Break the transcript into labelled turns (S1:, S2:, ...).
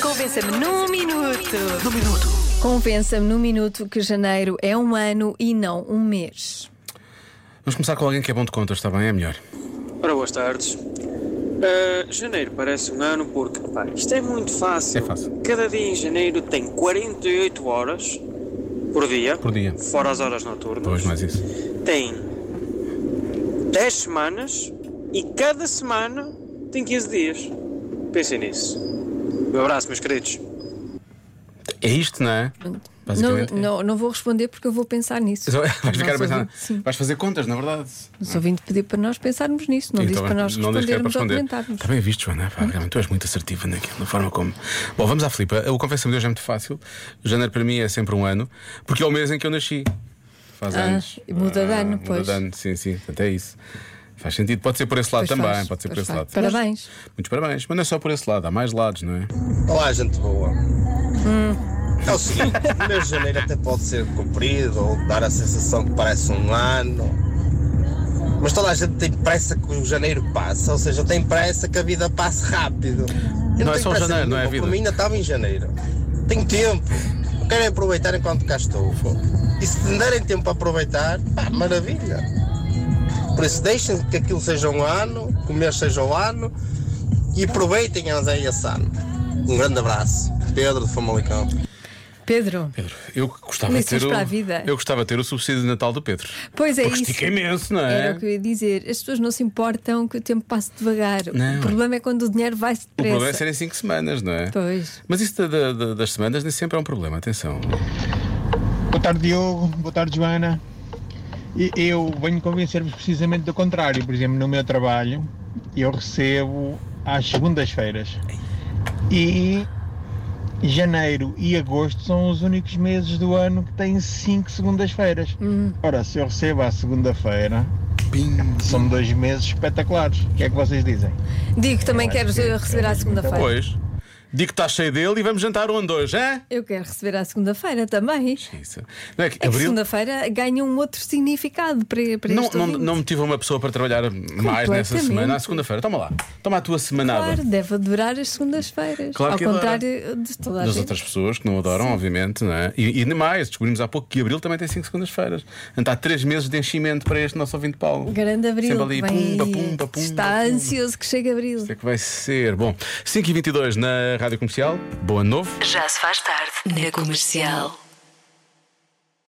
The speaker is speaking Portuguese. S1: Convença-me num minuto.
S2: Convença-me no minuto que janeiro é um ano e não um mês.
S3: Vamos começar com alguém que é bom de contas, está bem? É melhor.
S4: Ora, boas tardes. Ah, janeiro parece um ano porque pá, isto é muito fácil.
S3: É fácil.
S4: Cada dia em janeiro tem 48 horas por dia,
S3: Por dia.
S4: fora as horas noturnas.
S3: Dois mais isso.
S4: Tem 10 semanas e cada semana tem 15 dias. Pensem nisso. Um abraço, meus queridos.
S3: É isto, não é?
S2: Não,
S3: Basicamente. é.
S2: não, não vou responder porque eu vou pensar nisso.
S3: Só- Vais ficar a
S2: Nosso
S3: pensar.
S2: ouvinte- Sim,
S3: Vais fazer contas, na verdade.
S2: nos ouvinte pedir para nós pensarmos nisso, não
S3: Então,
S2: disse para nós
S3: não deixa que era
S2: respondermos
S3: para
S2: ou
S3: responder.
S2: comentarmos. Hum.
S3: Está bem visto, Joana. Pá, realmente, tu és muito assertiva naquilo, na forma como. Bom, vamos à Filipa. O confesso-me de hoje é muito fácil. Janeiro para mim é sempre um ano, porque é o mês em que eu nasci. Faz
S2: Ah,
S3: anos.
S2: e muda de ano,
S3: muda
S2: pois.
S3: de ano, sim, sim. Portanto, é isso. Faz sentido. Pode ser por esse lado
S2: Pois
S3: também.
S2: faz,
S3: pode ser por
S2: pois
S3: esse lado.
S2: faz. Parabéns.
S3: Muitos parabéns. Mas não é só por esse lado, há mais lados, não é?
S5: Olá, gente boa. É o seguinte, o mês de janeiro até pode ser comprido ou dar a sensação que parece um ano. Mas toda a gente tem pressa que o janeiro passa, ou seja, tem pressa que a vida passe rápido. Eu
S3: Não é
S5: tenho
S3: só o
S5: pressa
S3: janeiro, não é a
S5: nenhuma,
S3: vida.
S5: Por mim ainda estava em janeiro. Tenho tempo. Eu Quero é aproveitar enquanto cá estou. E se me derem tempo para aproveitar, pá, maravilha. Por isso deixem que aquilo seja um ano, que o mês seja o ano e aproveitem a Zé e a Sano. Um grande abraço. Pedro de Famalicão.
S2: Pedro,
S3: Pedro, eu gostava de
S2: Lições
S3: ter. O,
S2: para a vida.
S3: Eu gostava de ter o subsídio de Natal do Pedro.
S2: pois é
S3: Porque
S2: isso.
S3: estica imenso, não é?
S2: Era o que eu ia dizer. As pessoas não se importam que o tempo passe devagar.
S3: Não.
S2: O problema é quando o dinheiro vai
S3: O problema é
S2: depressa.
S3: serem 5 semanas, não é?
S2: Pois.
S3: Mas isso da- da- da- das semanas nem sempre é um problema, atenção.
S6: Boa tarde, Diogo. Boa tarde, Joana. E Eu venho convencer-vos precisamente do contrário. Por exemplo, no meu trabalho, eu recebo às segundas-feiras. E janeiro e agosto são os únicos meses do ano que têm cinco segundas-feiras. Ora, se eu recebo à segunda-feira, são dois meses espetaculares. O que é que vocês dizem?
S2: Digo que também
S6: Eu
S2: quero
S6: acho que-
S2: receber à segunda-feira.
S3: Pois. Digo que está cheio dele e vamos jantar onde hoje, é?
S2: Eu quero receber à segunda-feira também.
S3: Isso. Não é que
S2: É que
S3: abril
S2: segunda-feira ganha um outro significado para, para
S3: não,
S2: este
S3: não,
S2: ouvinte.
S3: não motiva uma pessoa para trabalhar mais nessa
S2: Completamente.
S3: semana. À segunda-feira, toma lá. Toma a tua semanada.
S2: Claro, deve adorar as segundas-feiras.
S3: Claro
S2: Ao
S3: que adora.
S2: contrário de toda a
S3: Das
S2: gente.
S3: outras pessoas que não adoram, obviamente, não é? E, e nem mais, descobrimos há pouco que abril também tem 5 segundas-feiras. Portanto, há 3 meses de enchimento para este nosso ouvinte Paulo.
S2: Grande abril.
S3: Sempre ali,
S2: que vem
S3: pumba,
S2: aí.
S3: pumba, pumba,
S2: Está
S3: pumba.
S2: ansioso que chegue abril.
S3: O que é que vai ser? Bom, 5h22 na rádio comercial. Boa novo.
S1: Já se faz tarde na comercial.